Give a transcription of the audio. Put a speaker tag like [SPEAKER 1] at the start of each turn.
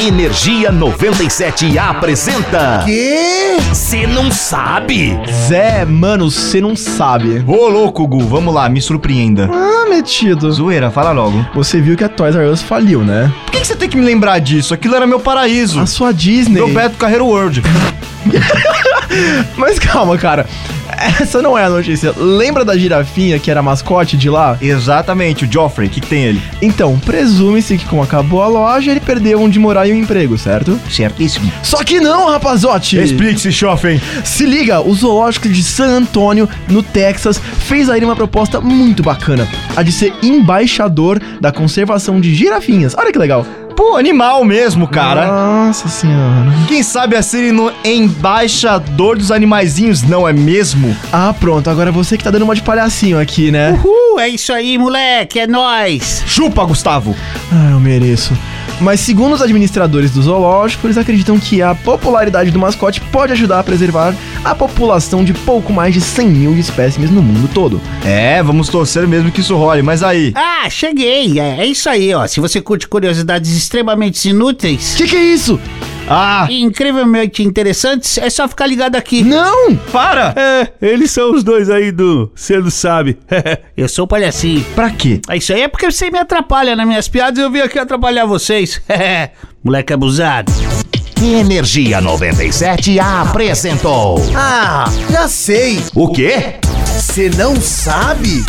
[SPEAKER 1] Energia 97 apresenta.
[SPEAKER 2] Quê?
[SPEAKER 1] Você não sabe?
[SPEAKER 3] Zé, mano, você não sabe.
[SPEAKER 4] Ô, louco, Gu, vamos lá, me surpreenda.
[SPEAKER 3] Ah, metido.
[SPEAKER 4] Zoeira, fala logo.
[SPEAKER 3] Você viu que a Toys R Us faliu, né?
[SPEAKER 4] Por que, que você tem que me lembrar disso? Aquilo era meu paraíso.
[SPEAKER 3] A sua Disney.
[SPEAKER 4] Meu Beto Carreiro World.
[SPEAKER 3] Mas calma, cara. Essa não é a notícia. Lembra da girafinha que era a mascote de lá?
[SPEAKER 4] Exatamente, o Joffrey, o que, que tem ele?
[SPEAKER 3] Então, presume-se que como acabou a loja, ele perdeu onde morar e um emprego, certo?
[SPEAKER 4] Certíssimo.
[SPEAKER 3] Só que não, rapazote!
[SPEAKER 4] Explique-se, Joffrey.
[SPEAKER 3] Se liga, o zoológico de San Antônio, no Texas, fez a ele uma proposta muito bacana, a de ser embaixador da conservação de girafinhas. Olha que legal.
[SPEAKER 4] Pô, animal mesmo, cara.
[SPEAKER 3] Nossa senhora.
[SPEAKER 4] Quem sabe a Siri no embaixador dos animaizinhos, não é mesmo?
[SPEAKER 3] Ah, pronto, agora você que tá dando uma de palhacinho aqui, né?
[SPEAKER 2] Uhul, é isso aí, moleque, é nóis.
[SPEAKER 4] Chupa, Gustavo.
[SPEAKER 3] Ah, eu mereço. Mas segundo os administradores do zoológico, eles acreditam que a popularidade do mascote pode ajudar a preservar a população de pouco mais de 100 mil espécimes no mundo todo.
[SPEAKER 4] É, vamos torcer mesmo que isso role, mas aí...
[SPEAKER 2] Ah, cheguei, é, é isso aí, ó. Se você curte curiosidades extremamente inúteis
[SPEAKER 3] Que que é isso?
[SPEAKER 4] Ah,
[SPEAKER 2] e incrivelmente interessantes, é só ficar ligado aqui.
[SPEAKER 3] Não!
[SPEAKER 4] para!
[SPEAKER 5] É, eles são os dois aí do Cê não sabe.
[SPEAKER 2] Eu sou o palhacinho.
[SPEAKER 4] Pra quê?
[SPEAKER 2] É isso aí, é porque você me atrapalha nas minhas piadas e eu vim aqui atrapalhar vocês. moleque abusado.
[SPEAKER 1] Energia 97 apresentou.
[SPEAKER 2] Ah,
[SPEAKER 6] Já sei,
[SPEAKER 1] O quê?
[SPEAKER 6] você não sabe?